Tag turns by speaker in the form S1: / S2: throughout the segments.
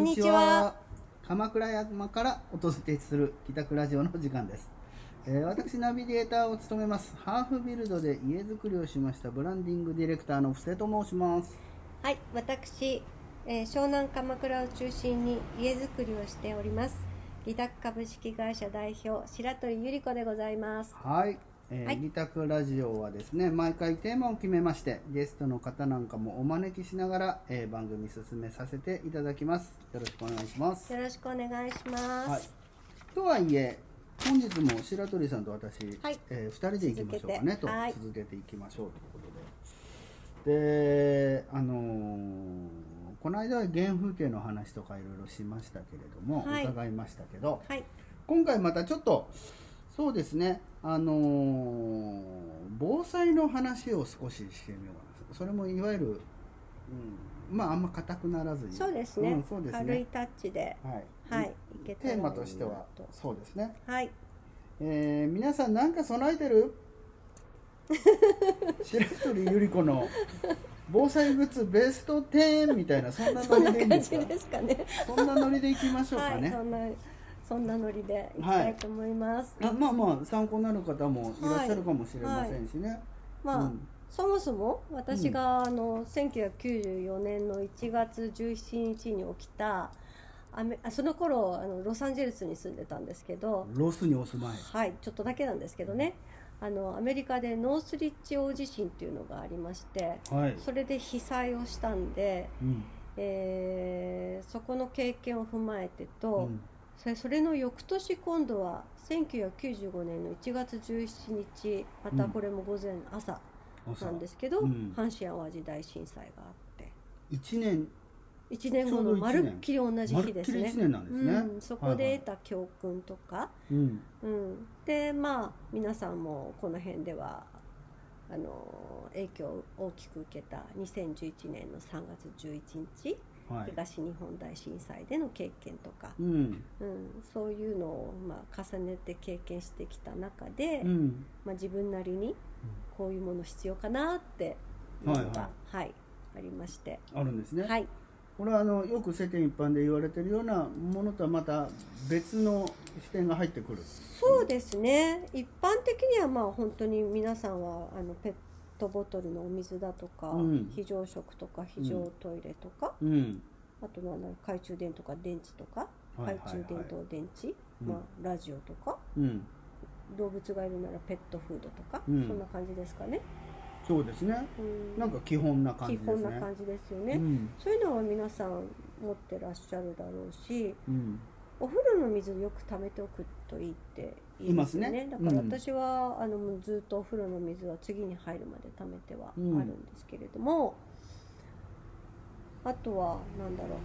S1: にちは。
S2: 鎌倉山からお届けする北区ラジオの時間です、えー私ナビゲーターを務めますハーフビルドで家づくりをしましたブランディングディレクターの布施と申します
S1: はい、私、えー湘南鎌倉を中心に家づくりをしております。リタック株式会社代表白鳥ゆり子でございます。
S2: はい、えー
S1: はい
S2: ギタクラジオはですね毎回テーマを決めましてゲストの方なんかもお招きしながら、えー番組進めさせていただきますよろしくお願いします
S1: よろしくお願いします。
S2: はい、とはいえ本日も白鳥さんと私、
S1: はい
S2: え2人で行きましょうかね
S1: 続けて
S2: と
S1: はい
S2: 続けていきましょうということでであのーこの間は原風景の話とかいろいろしましたけれども、
S1: はい
S2: 伺いましたけど、
S1: はい、
S2: 今回またちょっとそうですねあのー防災の話を少ししてみようかなそれもいわゆる、うん、まああんま硬くならずに
S1: そうですね,、
S2: んそうです
S1: 軽い
S2: ね
S1: タッチで。
S2: はい、
S1: はい、いけたら
S2: テ
S1: いい
S2: ー
S1: な
S2: マとしてはそうですね、
S1: はい、
S2: えー、皆さん何か備えて る白鳥ゆり子の防災グッズベスト10みたいなそんな
S1: そ
S2: ノ
S1: ん
S2: リ
S1: な
S2: で
S1: 感
S2: いいんです
S1: じ
S2: か
S1: ですかね。
S2: そんなノリでいきましょうか
S1: はい、
S2: ね、
S1: そんな、そんなノリでいきたいと思います。
S2: あまあまあ参考になる方もいらっしゃるかもしれませんしね、
S1: まあ、
S2: うん
S1: そもそも私が、あの1994年の1月17日に起きたアメあその頃あのロサンゼルスに住んでたんですけど、
S2: ロスにお住まい
S1: はいちょっとだけなんですけどねあのアメリカでノースリッチ大地震っていうのがありまして
S2: はい、
S1: それで被災をしたんで、
S2: うん
S1: えーそこの経験を踏まえてと、
S2: うん
S1: それそれの翌年今度は1995年の1月17日またこれも午前朝、
S2: 朝
S1: なんですけど、
S2: うん
S1: 阪神・淡路大震災があって
S2: 一年
S1: 1年後のまるっきり同じ
S2: ま
S1: 日
S2: るっ
S1: で
S2: き
S1: す
S2: り
S1: ね
S2: 一年なんですね、
S1: うん、そこ
S2: はいは
S1: で
S2: い
S1: 得た教訓とか、
S2: うん、
S1: うん、でまあ皆さんもこの辺ではあの影響を大きく受けた2011年の3月11日、
S2: はい、
S1: 東日本大震災での経験とか、
S2: うん
S1: うん、そういうのを、まあ、重ねて経験してきた中で、
S2: うん
S1: まあ、自分なりにこういうもの必要かなっていうのが、
S2: はいは
S1: はい、ありまして。
S2: あるんですね、
S1: はい、
S2: これはあのよく世間一般で言われてるようなものとはまた別の視点が入ってくる
S1: そうですね一般的にはまあ本当に皆さんはあのペットボトルのお水だとか、
S2: うん
S1: 非常食とか非常トイレとか、
S2: うん
S1: あとは何懐中電灯とか電池とか、
S2: はいはい
S1: 懐中電
S2: は
S1: 灯電池、
S2: うん
S1: まあ、ラジオとか
S2: い、うん、
S1: 動物がいるならペットフードとか、
S2: うん
S1: そんな感じですかね、
S2: そうですね
S1: うん
S2: なんか基本な感じ
S1: 基
S2: ですね
S1: 本な感じですよね、
S2: うん
S1: そういうのは皆さん持ってらっしゃるだろうし
S2: うん
S1: お風呂の水をよく溜めておくといいって言いますよね
S2: いま
S1: だ
S2: すね
S1: から
S2: うん
S1: 私は、あのもうずっとお風呂の水は次に入るまで溜めてはある
S2: うん
S1: んですけれども、あとはなんだろう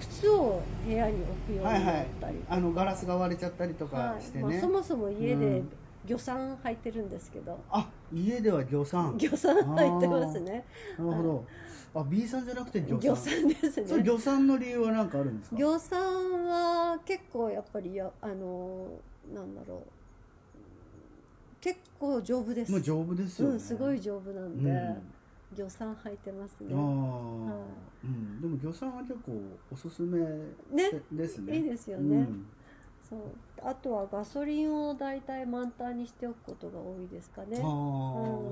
S1: 靴を部屋に置くように
S2: はいはい
S1: なったりとか、
S2: あのガラスが割れちゃったりと
S1: は
S2: か
S1: い
S2: してね、
S1: まあ、そもそも家
S2: う
S1: で
S2: ん
S1: 魚算履いてるんですけど、
S2: あ家では魚産
S1: 魚算履いてますね
S2: なるほど。あ、B さんじゃなくて魚
S1: 魚
S2: さん。
S1: 算です
S2: それ
S1: ね
S2: 魚さんの理由は何かあるんですか。
S1: 魚さんは結構やっぱりやあのなんだろう結構丈夫です
S2: もう丈夫ですよ
S1: う
S2: ね。
S1: んすごい
S2: 丈
S1: 丈夫なん
S2: う
S1: で、
S2: ん、
S1: 魚さん履いてますね
S2: あ
S1: は
S2: あ、うん。でも魚さんは結構おすすめ
S1: ね
S2: ですね。
S1: いい
S2: す
S1: ですよね、そうあとはガソリンをだいたい満タンにしておくことが多いですかね
S2: ああ、
S1: う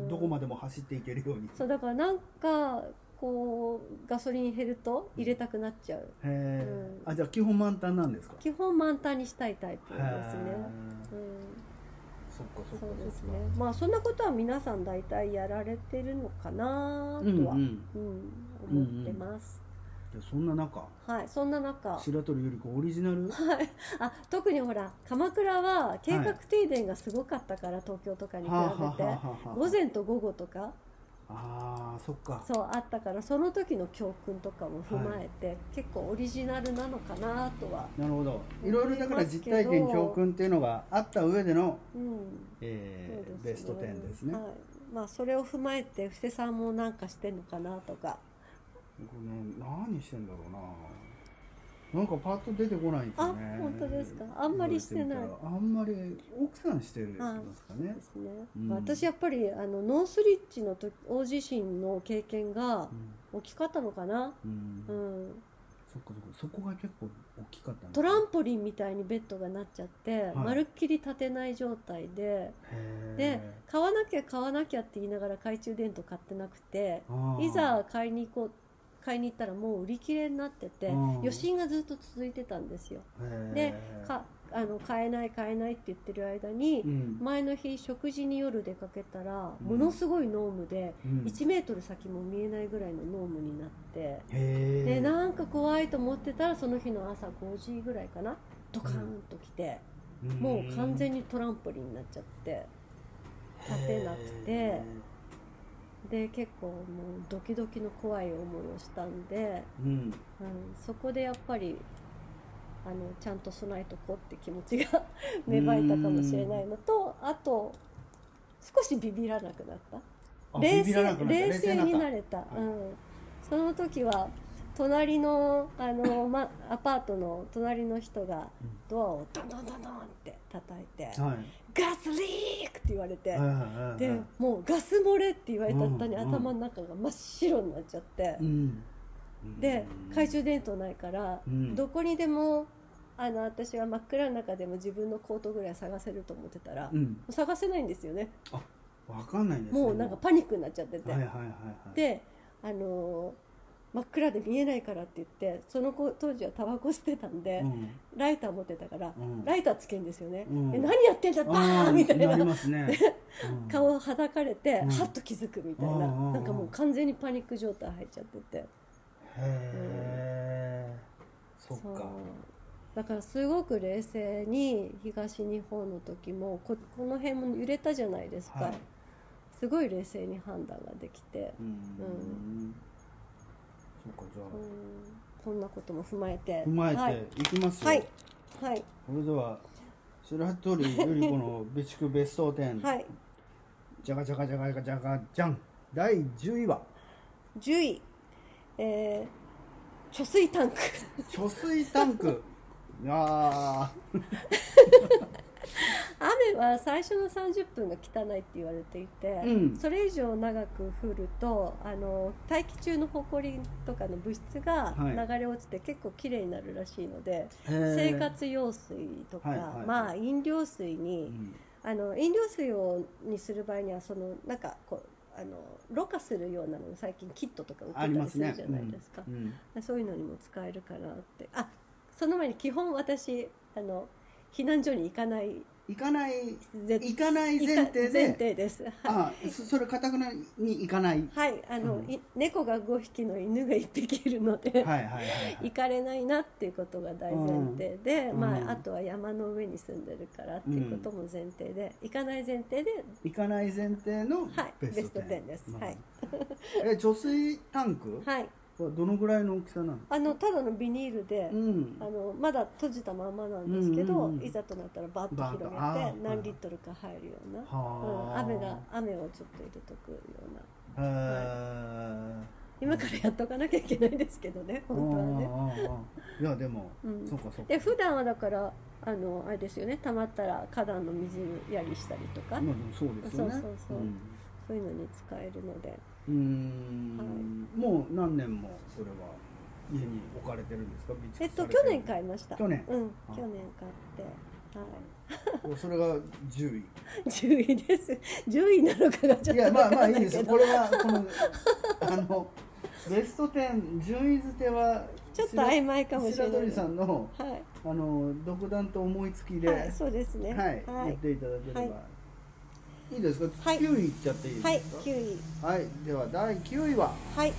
S1: ん
S2: どこまでも走っていけるように。
S1: そうだからなんかこうガソリン減ると入れたくなっちゃう
S2: へえ、
S1: うん
S2: あ、じゃあ基本満タンなんですか。
S1: 基本満タンにしたいタイプ
S2: へ
S1: で
S2: え
S1: すね、うん
S2: そっかそっか
S1: そう
S2: っか。
S1: ですね。まあそんなことは皆さん大体やられてるのかな
S2: うん
S1: とは、う
S2: うんん。
S1: 思ってます。
S2: じゃあそんな中、
S1: はい、そんな中、
S2: 白鳥より子オリジナル。
S1: あ特にほら鎌倉は計画停電がすごかったから、東京とかに比
S2: はあは
S1: べ
S2: あ
S1: て。
S2: はあはあ
S1: 午前と午後とか
S2: ああ、そっか。
S1: そうあったからその時の教訓とかも踏まえて、結構オリジナルなのかなとは、
S2: なるほど。
S1: 思
S2: い
S1: い
S2: ろいろだから
S1: ます
S2: 実
S1: けど
S2: 体験教訓っていうのがあった上での、
S1: うん
S2: え
S1: そう
S2: ー
S1: で
S2: ベ
S1: す
S2: ス
S1: ね
S2: ト10ですね。
S1: はいまあ、それを踏まえて布施さんもなんかしてんのかなとか
S2: 僕ね何してんだろうな。なんかパッと出てこないですね。
S1: あ本当ですかあんまりしてない
S2: 言われてみたらあんまり奥さんしてるんです
S1: あ
S2: か
S1: そう
S2: ね
S1: で。すね、
S2: うん
S1: 私やっぱりあのノースリッチの時大地震の経験が
S2: うん
S1: 大きかったのかな、
S2: うん
S1: うん
S2: そっかそっかそこが結構大きかったんです
S1: トラ
S2: ね
S1: ンポリンみたいにベッドがなっちゃって、
S2: い
S1: まるっきり立てない状態で
S2: へー
S1: で買わなきゃ買わなきゃって言いながら懐中電灯買ってなくて
S2: あー
S1: いざ買いに行こう買いに行ったらもう売り切れになってて
S2: うん
S1: 余震がずっと続いてたんですよ。
S2: へー
S1: でかあの買えない買えないって言ってる間に
S2: うん
S1: 前の日食事に夜出かけたら
S2: うん
S1: ものすごい濃霧で
S2: うん
S1: 1メートル先も見えないぐらいの濃霧になって
S2: へー
S1: でなんか怖いと思ってたらその日の朝5時ぐらいかなドカーンと来てもう完全
S2: に
S1: にトランポリンになっちゃって立てなくてで結構もうドキドキの怖い思いをしたんで、
S2: うん
S1: うん、そこでやっぱりあのちゃんと備えとこうって気持ちが 芽生えたかもしれないのとあと少しビビらなくなった。
S2: あ
S1: 冷
S2: ビビ
S1: 静
S2: らなくなった
S1: 冷静にな
S2: 冷
S1: れた、
S2: い
S1: うん、その時は隣のあ の、ま、アパートの隣の人が
S2: うん
S1: ドアをドンドンドンドンって叩いて
S2: 静になったはい
S1: 「ガスリーク!」って言われて
S2: はい。はいはい
S1: でもうガス漏れって言われたったに
S2: うんうん
S1: 頭の中が真っ白になっちゃって
S2: うん
S1: で懐中電灯ないから
S2: うん
S1: どこにでもあの私は真っ暗の中でも自分のコートぐらい探せると思ってたら
S2: う
S1: も
S2: ん
S1: う探せないんですよね
S2: わかんないですね
S1: もうなんかパニックになっちゃってて
S2: はいはいはいはい
S1: で、あのー真っ暗で見えないからって言ってその子当時はタバコ吸ってたんで、
S2: うん
S1: ライター持ってたから、
S2: うん
S1: ライターつけんですよね、
S2: うん
S1: え何やってんだバー
S2: あー
S1: ンみたい
S2: なり
S1: な
S2: ますねうん
S1: 顔をはたかれて、
S2: うん
S1: はっと気づくみたいな、
S2: うんうんうん
S1: なんかもう完全にパニック状態入っちゃってて
S2: へえそっ
S1: そう
S2: か
S1: だからすごく冷静に東日本の時もここの辺も揺れたじゃないですか、
S2: はい
S1: すごい冷静に判断ができて、
S2: うーんそっかじゃ
S1: うん
S2: あ
S1: こんなことも踏まえて
S2: 踏ま
S1: は
S2: え
S1: い
S2: ていきますよ
S1: はいはい
S2: それでは白鳥より子の備蓄ベスト10
S1: はい、
S2: じゃがじゃがじゃがじゃがじゃがじゃん第10位は
S1: 10位、えー、貯水タンク
S2: 貯水タンクあ
S1: 雨は最初の30分が汚いって言われていて、
S2: うん
S1: それ以上長く降るとあの大気中のホコリとかの物質が
S2: はい
S1: 流れ落ちて結構きれいになるらしいので、
S2: ーへー
S1: 生活用水とか、
S2: はいはいはい
S1: まあ飲料水
S2: う
S1: に、
S2: ん
S1: あの飲料水をにする場合にはそのなんかこうあのろ過するようなのも最近キットとか売ってた
S2: ありま
S1: り
S2: す
S1: する
S2: ね
S1: じゃないですか
S2: う。ん
S1: そういうのにも使えるかなってあその前に基本私あの避難所に行かない
S2: 行かない
S1: ぜ
S2: 行かない前提
S1: 行か
S2: で
S1: 前提ですはい
S2: あそそれかたくなに行かない
S1: はいあの、
S2: うん
S1: い猫が5匹の犬が1匹いるので、
S2: はいはいはいはい
S1: 行かれないなっていうことが大前提で、
S2: うん
S1: まあ
S2: うん
S1: あとは山の上に住んでるからっていうことも前提で、行かない前提で
S2: 行かない前提の
S1: はい
S2: ベスト
S1: ベスト
S2: 10
S1: 10です
S2: まあ
S1: はい
S2: え貯水タンク
S1: はい
S2: はどのぐらいの大きさなの
S1: あのただのビニールで、
S2: うん
S1: あのまだ閉じたまんまなんですけど、
S2: うんうんうん
S1: いざとなったらバッと広げ
S2: バッとあ
S1: て
S2: ー
S1: 何リットルか入るような、うん、
S2: はあ
S1: 雨が雨をちょっと入れとくような
S2: へー
S1: 今からやっとかなきゃいけないですけどね本当はね
S2: ああああいやでも、
S1: うん
S2: そうかそうか
S1: で普段はだからあのあれですよねたまったら花壇の水やりしたりとか、
S2: まあでもそうですよね
S1: そうそうそう
S2: うん
S1: そういうのに使えるので
S2: うーんもう何年もそれは家に置かれてるんですか備蓄
S1: えっと
S2: されて
S1: 去
S2: る
S1: 年買いました
S2: 去年
S1: うん
S2: あ
S1: 去年買っては
S2: それが10位
S1: い 10位です10位なのかがちょっと
S2: いや
S1: わ
S2: まあま
S1: か
S2: あ
S1: ん
S2: いい
S1: ない
S2: で
S1: け
S2: す
S1: ど
S2: これはこのあのベスト10順位付けは
S1: ちょっと曖昧かもしれ
S2: 白
S1: ない
S2: 鳥さんの
S1: はい
S2: あの独断と思いつきで、
S1: はい、そうですね。
S2: はい
S1: はい
S2: 言っ、ていただければ、
S1: はい
S2: い、いですか、
S1: はい
S2: 9位いっちゃっていい
S1: はい
S2: です、か
S1: キウイ、
S2: はい、では第9位は
S1: はい、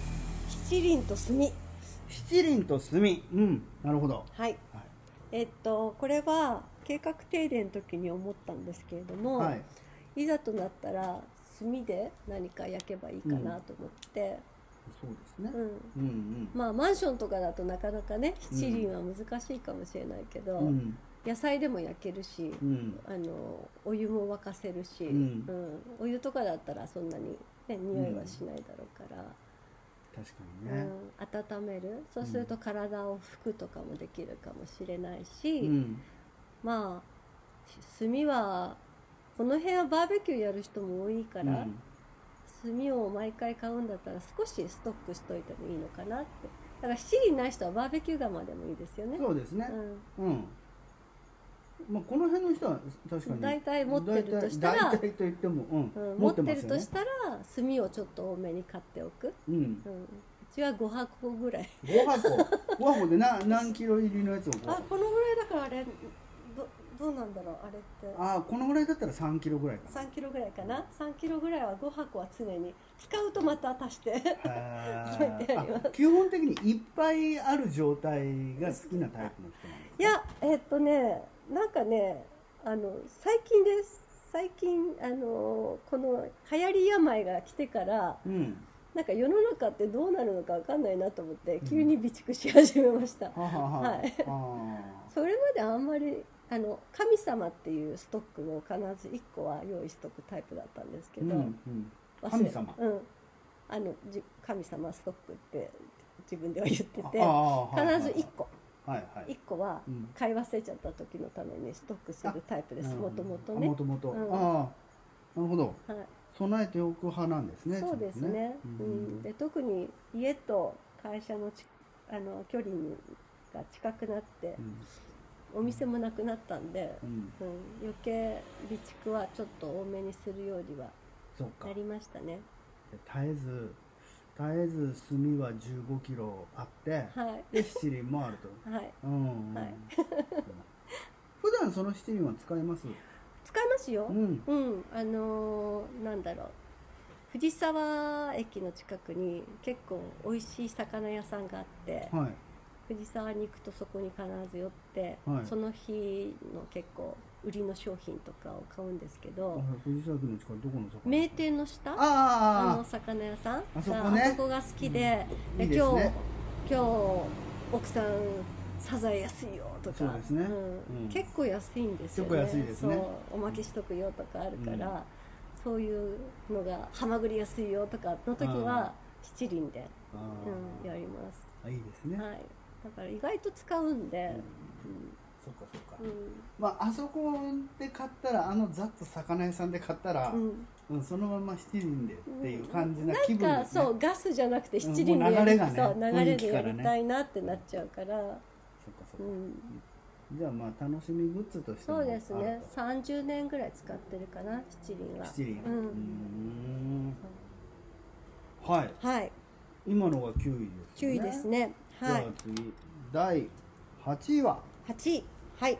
S1: 七輪と炭。
S2: 七輪と炭うんなるほど
S1: はい、
S2: は
S1: えっと、これは計画停電の時に思ったんですけれど
S2: い、
S1: も。
S2: はいい、、
S1: ざとなったら、炭で何か焼けばいいかなと思って。
S2: そうですね
S1: うん、
S2: うん
S1: まあ、マンションとかだとなかなかね、七輪は難しいかもしれないけど、
S2: うんうん
S1: 野菜でも焼けるし。
S2: うん
S1: あのお湯も沸かせるし、
S2: うん
S1: うんお湯とかだったらそんなに、ね、匂いはしないだろうから、
S2: 確かにね
S1: うん、温めるそうすると体を拭くとかもできるかもしれないし、
S2: うん
S1: まあ炭はこの辺はバーベキューやる人も多いから、
S2: うん
S1: 炭を毎回買うんだったら少しストックしといてもいいのかなってだから七輪ない人はバーベキュー窯でもいいですよね。
S2: そうですね
S1: うん
S2: うん、まあ、この辺の人は確かに
S1: 大体持ってるとしたら
S2: 大体大体と言っても、うん
S1: うん持って
S2: ま
S1: る
S2: すよ
S1: と
S2: ね
S1: したら炭をちょっと多めに買っておく、
S2: うん
S1: う、ん、うちは5箱ぐらい
S2: 5箱5箱 でな何キロ入りのやつをこう
S3: あこのぐらいだからあれどどうなんだろうあれって
S2: ああこのぐらいだったら3キロぐらいか
S3: 3キロぐらいかな3キロぐらいは5箱は常に使うとまた足して
S2: なへ
S3: 書いてありま
S2: ーあ基本的にいっぱいある状態が好きなタイプの人なんです
S3: いやえっとねなんかね
S1: あの最近です最近あのこの流行り病が来てから
S2: うん
S1: なんか世の中ってどうなるのかわかんないなと思って急に備蓄し始めました、
S2: はははは、
S1: はい
S2: あ
S1: それまであんまりあの神様っていうストックを必ず1個は用意しとくタイプだったんですけ
S2: ーうん
S1: ど、
S2: うん
S1: 忘れ
S2: 神様
S1: うんあのじ神様ストックって自分では言ってて
S2: ああ
S1: 必ず1個
S2: 個はいはい、
S1: 1個は
S2: うん
S1: 買い忘れちゃった時のためにストックするタイプですもともと
S2: も
S1: ね、
S2: ともと。
S1: うん
S2: ああ、なるほど。
S1: はい、
S2: 備えておく派なんですね。
S1: そうですね、
S2: ちゃん
S1: う
S2: と
S1: ん、で特に家と会社のちあの距離が近くなってお店もなくなったんで、
S2: うんうん
S1: うん、余計備蓄はちょっと多めにするようには
S2: そっか。
S1: な
S2: で
S1: りましたね
S2: 絶えず、絶えず炭は15キロあって、
S1: はい
S2: で七輪も あると。
S1: はい
S2: うん。
S1: はい
S2: 普段その七輪は使います。
S1: 使いますよ
S2: うん。
S1: うん、あのーなんだろう藤沢駅の近くに結構美味しい魚屋さんがあって
S2: はい。
S1: 藤沢に行くとそこに必ず寄って、
S2: はい
S1: その日の結構売りの商品とかを買うんですけど、
S2: あ藤沢区の近くどこの魚
S1: 名。店の下あの
S2: あ
S1: 魚屋さん
S2: あそこ
S1: が
S2: ね
S1: あそこが好きで,
S2: あ。
S1: で、
S2: いいで
S1: 今
S2: す
S1: 日
S2: ね。
S1: 今日奥さんサザエ安いよとか
S2: そうですね
S1: うん
S2: うん
S1: 結構安いんですよね
S2: 結構安いですね
S1: そうおまけしとくよとかあるから、
S2: うん
S1: そういうのがハマグリ安いよとかの時は七輪で、
S2: あ
S1: うん、やります、
S2: あ。いいですね。
S1: はい、だから意外と使うん
S2: う
S1: で
S2: ん、そっかそっか
S1: う。ん
S2: まあ、あそこで買ったらあのざっと魚屋さんで買ったら、
S1: う
S2: うんん
S1: うん
S2: そのまま七輪でっていう感じな気分
S1: なん
S2: で
S1: か
S2: すね、
S1: そうガスじゃなくて
S2: うん
S1: 七輪でや
S2: も
S1: り,、
S2: う流れがね
S1: そう流れでや
S2: 雰囲気から
S1: り
S2: ね
S1: たいなってなっちゃうから、
S2: そっかそっ
S1: う
S2: か、
S1: ん、
S2: じゃあまあ楽しみグッズとして
S1: そ
S2: もあ
S1: う
S2: ると
S1: ですね30年ぐらい使ってるかな七輪は
S2: 七輪
S1: うん
S2: うんはい
S1: はい
S2: 今のが9位です
S1: 注
S2: ね
S1: 意ですね。
S2: じゃ
S1: は
S2: あ
S1: い。
S2: 次第8位は
S1: 八位はい。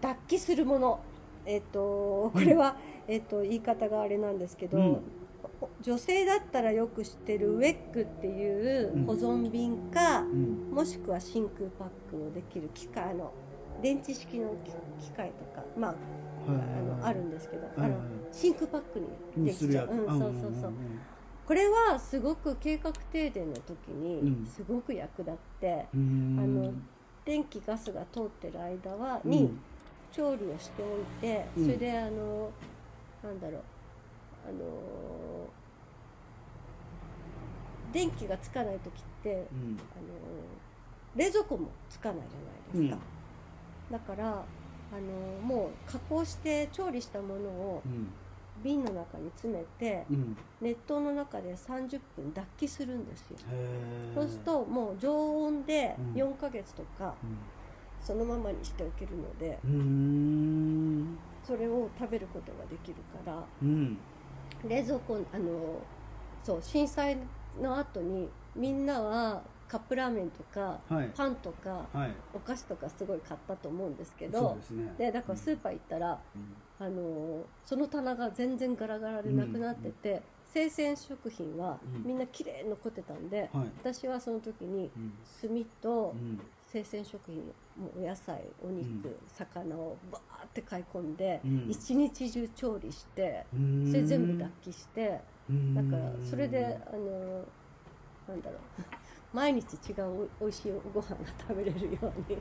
S1: 脱皮するもの。えっ、とこれは、えっ、と言い方があれなんですけど、
S2: うん
S1: お女性だったらよく知ってるウェッグってい
S2: うん
S1: う保存瓶か、
S2: うん
S1: もしくは真空パックのできる機械あの電池式の機機械とかまああ
S2: はい
S1: のあるんですけど、
S2: はい
S1: あの真空パックに
S2: に
S1: ですき
S2: る
S1: ちゃ
S2: や
S1: う
S2: つ、。
S1: うん、そうそうそう。これはすごく計画停電の時
S2: うん
S1: にすごく役立って。
S2: うん
S1: あの電気ガスが通ってる間は
S2: うん
S1: に調理をしておいて、
S2: うん
S1: それであのなんだろうあの電気がつかない時って
S2: うん
S1: あの冷蔵庫もつかないじゃないですか、だからあのもう加工して調理したものを
S2: うん
S1: 瓶の中に詰めて
S2: うん
S1: 熱湯の中で30分脱気するんですよ、
S2: へー
S1: そうするともう常温で
S2: うん
S1: 4ヶ月とか、
S2: うん
S1: そのままにしておけるので
S2: うーん
S1: それを食べることができるから
S2: うん
S1: 冷蔵庫あのそう震災の後にみんなはカップラーメンとか
S2: はい
S1: パンとか
S2: はい
S1: お菓子とかすごい買ったと思うんですけ
S2: そう
S1: ど
S2: ですね
S1: でだからスーパー行ったら、
S2: うん
S1: あのその棚が全然ガラガラでなくなってて、生鮮食品は
S2: うん
S1: みんな綺麗に残ってたんで、
S2: うんはい
S1: 私はその時に
S2: うん
S1: 炭と、
S2: うん
S1: 生鮮食品もうお野菜お肉、
S2: うん
S1: 魚をバーって買い込んで、
S2: うん
S1: 一日中調理して
S2: うーん
S1: それ全部脱気して、
S2: うーん
S1: だからそれであのなんだろう毎日違うおいしいご飯が食べれるように、は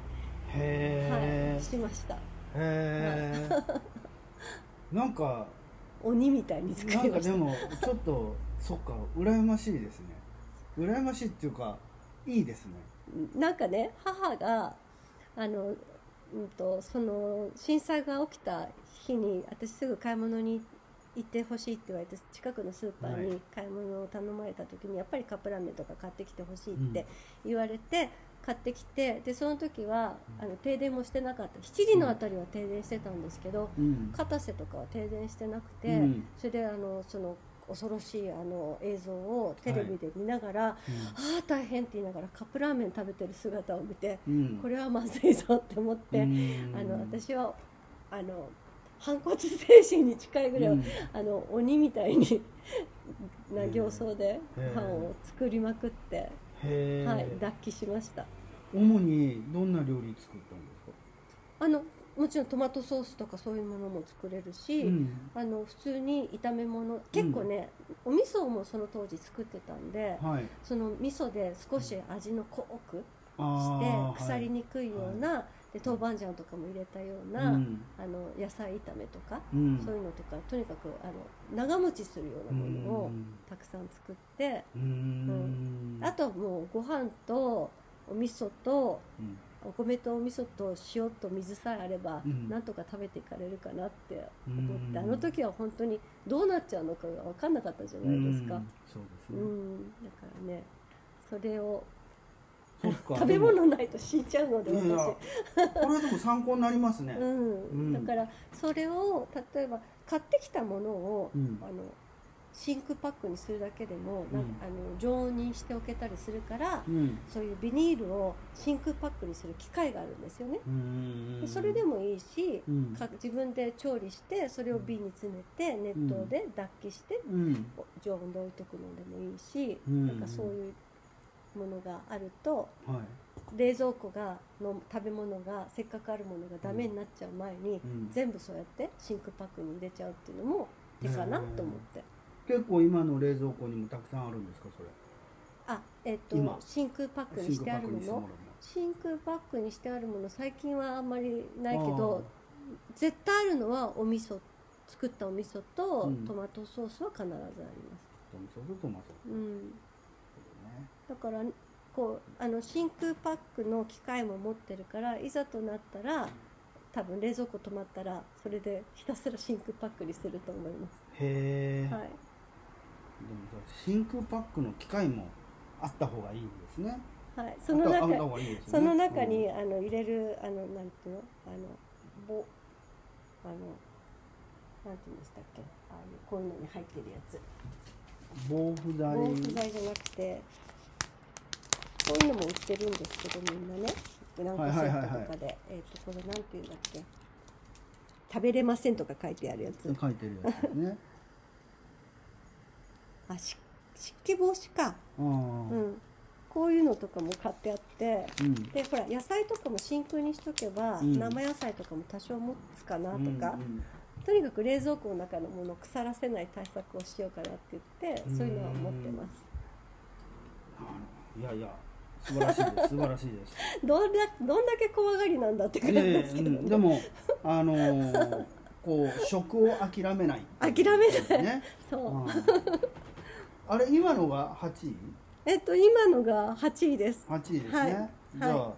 S2: へ
S1: い、しました
S2: えへえなんか
S1: 鬼みたいに使
S2: ないん
S1: ま
S2: か
S1: し
S2: で
S1: た
S2: もちょっとそっか羨ましいですね羨ましいっていうかいいですね
S1: なんかね母があの、うん、とその震災が起きた日に私すぐ買い物に行ってほしいって言われて近くのスーパー
S2: は
S1: に買い物を頼まれた時にやっぱりカップラーメンとか買ってきてほしいって言われて買ってきてでその時はあの停電もしてなかった7時のあたりは停電してたんですけど
S2: うん
S1: 片瀬とかは停電してなくて、
S2: うん
S1: それであのその恐ろしいあの映像をテレビで見ながら、ああ大変って言いながらカップラーメン食べてる姿を見て
S2: うん
S1: これはまずいぞって思って、
S2: うん
S1: あの私はあの反骨精神に近いぐらい、
S2: うん
S1: あの鬼みたいにな形相で
S2: へー
S1: パンを作りまくって、
S2: へー
S1: はい、脱皮しました
S2: 主にどんな料理作ったんですか、
S1: あのもちろんトマトソースとかそういうものも作れるし、
S2: うん
S1: あの普通に炒め物結構ね、お味噌もその当時作ってたんで
S2: はい、
S1: その味噌で少し味の濃くして
S2: あー
S1: 腐りにくいような、で豆板醤とかも入れたような、
S2: うん
S1: あの野菜炒めとか、
S2: うん
S1: そういうのとかとにかくあの長持ちするようなものを
S2: うん
S1: たくさん作って、
S2: うーん
S1: あとはもうご飯とお味噌と
S2: うん
S1: お米とお味噌と塩と水さえあれば、
S2: うん
S1: なんとか食べていかれるかなって思って、
S2: うん
S1: あの時は本当にどうなっちゃうのかが分かんなかったじゃないですか
S2: うん、そうで
S1: う
S2: す
S1: ん
S2: ね、
S1: だからねそれを
S2: そっか
S1: 食べ物ないと死んじゃうので
S2: いやいやこ
S1: 私、
S2: れはでも参考になりますね、
S1: うん
S2: うん
S1: だからそれを例えば買ってきたものを、
S2: うん
S1: あのシンクパックにするだけでもなんか、
S2: う
S1: あの常温にしておけたりするから、
S2: うん
S1: そういうビニールを真空パックにする機械があるんですよね。
S2: うん
S1: でそれでもいいし、
S2: うん
S1: か自分で調理してそれを瓶に詰めて熱湯で脱皮して
S2: うん
S1: 常温で置いとくのでもいいし、
S2: うん
S1: なんかそういうものがあると
S2: はい
S1: 冷蔵庫がの食べ物がせっかくあるものがダメになっちゃう前に、
S2: うん
S1: 全部そうやって真空パックに入れちゃうっていうのも手かなと思って。
S2: 結構今の冷蔵庫にもたくさんあるんですかそれ
S1: あ、えっ、
S2: 今
S1: と真空パックにしてあるもの真空パックにしてあるもの最近はあんまりないけど絶対あるのはお味噌作ったお味噌と
S2: うん
S1: トマトソースは必ずあります、
S2: トマトソーストマト
S1: うん
S2: ね
S1: だからこうあの真空パックの機械も持ってるからいざとなったら多分冷蔵庫止まったらそれでひたすら真空パックにすると思いま
S2: へえ、
S1: す、
S2: でも
S1: はい、
S2: さ真空パックの機械もあった方がいいんですね
S1: はい、その
S2: あったあった
S1: 中
S2: 方がいいですね
S1: その中に、
S2: うん
S1: あの入れるあのなんていうのあのぼあのなんていうんでしたっけあのこういうのに入ってるやつ
S2: 防腐剤
S1: 防腐剤じゃなくてこういうのも売ってるんですけどみんなねなんかセットとかで、えっ、とこれなんていうんだっけ食べれませんとか書いてあるやつ
S2: 書いてるやつで すね
S1: あし湿気防止か
S2: ああうん
S1: う、んこういうのとかも買ってあって
S2: うん
S1: でほら野菜とかも真空にしとけば、
S2: うん
S1: 生野菜とかも多少持つかなとか、
S2: うん
S1: とにかく冷蔵庫の中のものを腐らせない対策をしようかなって言ってそういうのは思ってます
S2: うんいやいや素晴らしいです素晴らしい です
S1: どんだどんだけ怖がりなんだって感
S2: い
S1: じ
S2: やいや
S1: ですけど
S2: うんで
S1: ね
S2: もあのーこう食を諦めない
S1: 諦めない
S2: ね、う
S1: そ
S2: ん
S1: う
S2: あれ今のが8位
S1: えっと今のが8位です
S2: 8位ですね、
S1: はい
S2: じゃあ、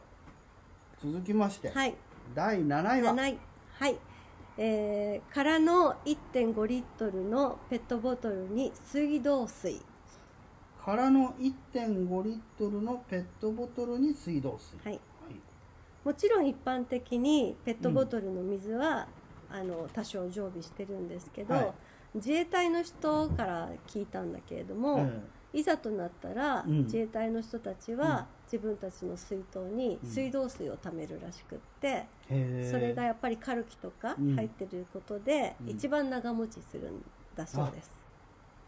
S2: 続きまして、
S1: はい
S2: 第7位は
S1: 7位はいえー、からの1.5リットルのペットボトルに水道水
S2: 空の1.5リットルのペットボトルに水道水
S1: はい
S2: はい
S1: もちろん一般的にペットボトルの水は、あの多少常備してるんですけど、
S2: はい
S1: 自衛隊の人から聞いたんだけれども、
S2: え
S1: いざとなったら、
S2: うん
S1: 自衛隊の人たちは、自分たちの水筒に
S2: うん
S1: 水道水を貯めるらしくって、
S2: えへえ
S1: それがやっぱりカルキとか
S2: うん
S1: 入ってることで、
S2: うん
S1: 一番長持ちするんだそうです、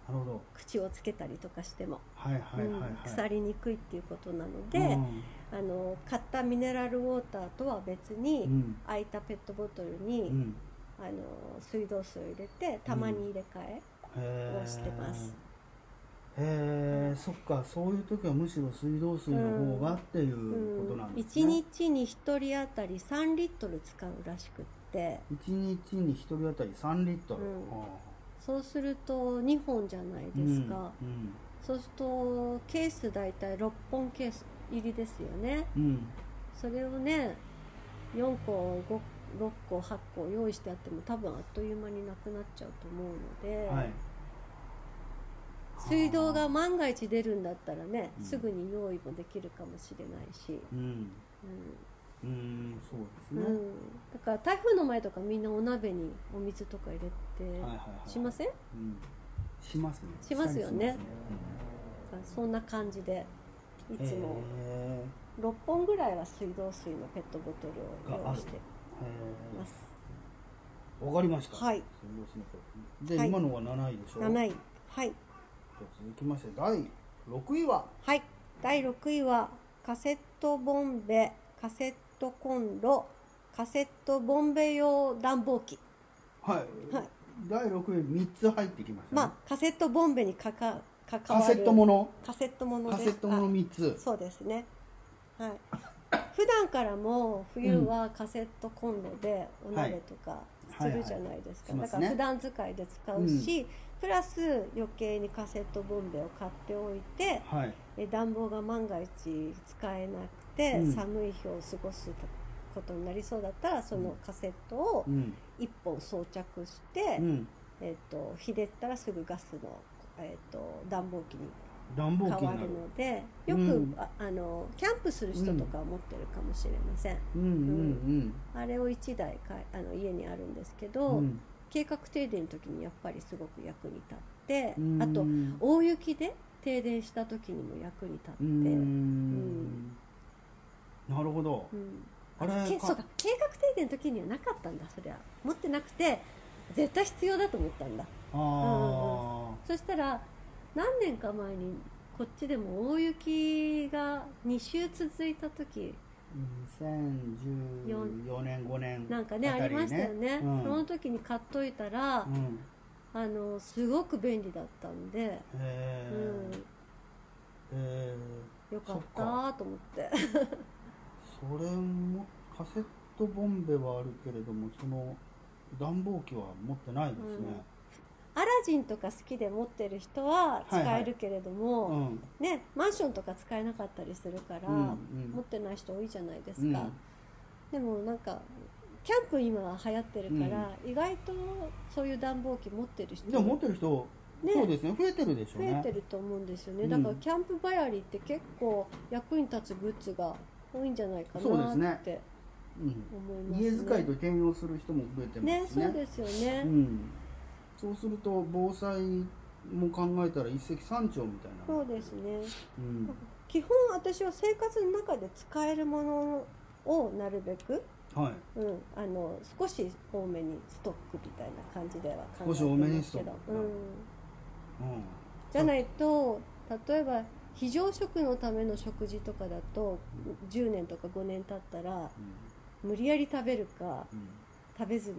S2: なるほど
S1: 口をつけたりとかしても、
S2: はいはいはいはい、
S1: うん腐りにくいっていうことなので、
S2: うん
S1: あの買ったミネラルウォーターとは別に、
S2: うん
S1: 空いたペットボトルに、
S2: うん
S1: あの水道水を入れてたまに入れ替え、
S2: へえ
S1: をしてます
S2: へえ、そっかそういう時はむしろ水道水の方がっていううことなんです
S1: 1
S2: ね、
S1: 日に1人当たり3リットル使うらしくって
S2: 一日に一人当たり3リットル、
S1: うん
S2: は
S1: そうすると2本じゃない
S2: あ
S1: ですか、
S2: うん
S1: そうするとケース大体6本ケース入りですよね
S2: うん
S1: それをね4個5 6個8個用意してあっても多分あっという間になくなっちゃうと思うので、
S2: はい
S1: 水道が万が一出るんだったらね、
S2: うん
S1: すぐに用意もできるかもしれないし、
S2: うん
S1: う
S2: うんそうです
S1: ん
S2: ね、
S1: うん、だから台風の前とかみんなお鍋にお水とか入れ
S2: はいはい
S1: て
S2: はい
S1: しません、
S2: うんしますね
S1: しますよね
S2: し
S1: だ
S2: たりし
S1: からそんな感じでい
S2: ますね
S1: つも
S2: へ
S1: 6本ぐらいは水道水のペットボトルを用意して
S2: ーへ
S1: ます。
S2: ーわかりました
S1: はい
S2: その様子の方で、
S1: はい
S2: 今のは7位でしょ
S1: 7位はい
S2: じゃあ続きまして第6位は
S1: はい、第6位はカセットボンベ、カセットコンロ、カセットボンベ用暖房機。
S2: はい、
S1: はい
S2: 第6位3つ入ってきました、ね
S1: まあ、カセットボンベにかか関わ
S2: カ
S1: る
S2: セットもの
S1: カセットもの
S2: カ
S1: です
S2: セットもの
S1: はい
S2: 3つ
S1: そうですね。はい。普段からも冬はカセットコンロでお鍋とかするじゃないですか。
S2: はい
S1: だ
S2: はいはい
S1: から普段使いで使うし、プラス余計にカセットボンベを買っておいて、
S2: はい
S1: え暖房が万が一使えなくて、
S2: うん
S1: 寒い日を過ごすことになりそうだったらそのカセットを
S2: うん
S1: 1本装着して、
S2: うん
S1: えっと日でったらすぐガスの、えっと暖房機に
S2: 暖房
S1: 変
S2: 機
S1: わ
S2: にな
S1: る
S2: る
S1: のでよく、
S2: うん
S1: ああのキャンプする人とかは持ってるかもしれません、
S2: うんうん
S1: あれを1台かいあの家にあるんですけ
S2: うん
S1: ど、
S2: うん
S1: 計画停電の時にやっぱりすごく役に立って、
S2: うん
S1: あと大雪で停電した時にも役に立って。
S2: うーんなるほど
S1: うん
S2: あれ
S1: け
S2: か
S1: そうか計画停電の時にはなかったんだそりゃ持ってなくて絶対必要だと思ったんだ
S2: あ
S1: そしたら何年か前にこっちでも大雪が2週続いた時
S2: あ2014年5年
S1: なんかねあ
S2: た
S1: りましたよね、その時に買っといたら、
S2: うん
S1: あのすごく便利だったんで、
S2: へえへ
S1: うん、よかっ
S2: そ
S1: たと思って
S2: ーそれもカセットボンベはあるけれどもその暖房機は持ってないですね
S1: アラジンとか好きで持ってる人は使えるけれども、
S2: うん
S1: ねマンションとか使えなかったりするから、
S2: うん
S1: 持ってない人多いじゃないです
S2: うん
S1: か、でもなんかキャンプ今流行ってるから、意外とそういう暖房機持ってる人
S2: でも持ってる人
S1: ね
S2: そうですね増えてるでしょう
S1: 増
S2: ね
S1: えてると思うんですよね、
S2: うん
S1: だからキャンプバヤリって結構役に立つグッズが多いんじゃないか
S2: そうですね
S1: なって
S2: うん
S1: 思いますね
S2: 家遣いと兼用する人も増えて
S1: ね
S2: ますし
S1: そう
S2: ね
S1: ですよね、
S2: うん、そうすると防災も考えたら一石三鳥みたいな
S1: そうですね
S2: うん
S1: 基本私は生活の中で使えるものをなるべく
S2: はい
S1: うん、あの少し多めにストックみたいな感じでは考えて
S2: 少し多めに
S1: ますけ
S2: ス
S1: ど
S2: トッ、ク
S1: うん、
S2: うん
S1: じゃないと例えば非常食のための食事とかだと10年とか5年経ったら無理やり食べるか
S2: うんうん
S1: 食べずに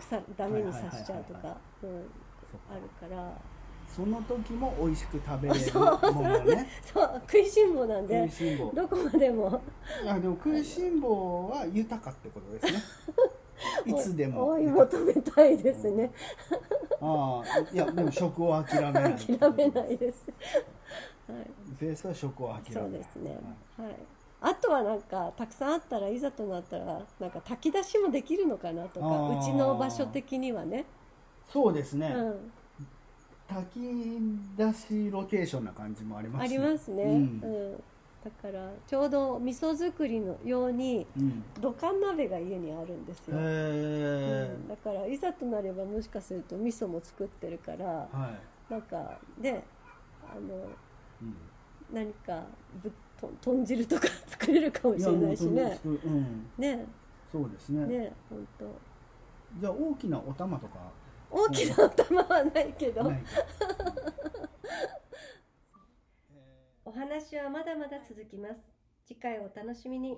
S1: 腐ダメにさしちゃうと
S2: はいはいはいは
S1: かうん
S2: そっか
S1: あるから
S2: その時も美味しく食べれるものね
S1: そう食いしん坊なん
S2: 食
S1: で
S2: いしん坊
S1: どこまでも
S2: あでも食いしん坊は豊かってことで すねいつでも
S1: 追い求めたいですね
S2: ああいやでも食を諦めない
S1: 諦めないです、はい
S2: ベースは食を諦め
S1: そ
S2: ないう
S1: ですね。はい。あとはなんかたくさんあったらいざとなったらなんか炊き出しもできるのかなと
S2: あ
S1: か
S2: ー
S1: うちの場所的にはね、
S2: そうです
S1: う
S2: ね、
S1: ん、
S2: 炊き出しロケーションな感じもあります
S1: ありますね、う
S2: うんん
S1: だからちょうど味噌作りのように
S2: うん
S1: 土管鍋が家にあるんですよ、
S2: へ
S1: うんだからいざとなればもしかすると味噌も作ってるから
S2: えはい、
S1: なんかねあの
S2: うん
S1: 何かぶっと豚汁とか作れるかもしれないし
S2: いや
S1: ね
S2: 本当にうん、
S1: ね
S2: そうですね
S1: ね本当
S2: じゃあ大きなお玉とか
S1: 大きな頭はないけど、
S2: ないか
S1: お話はまだまだ続きます次回お楽しみに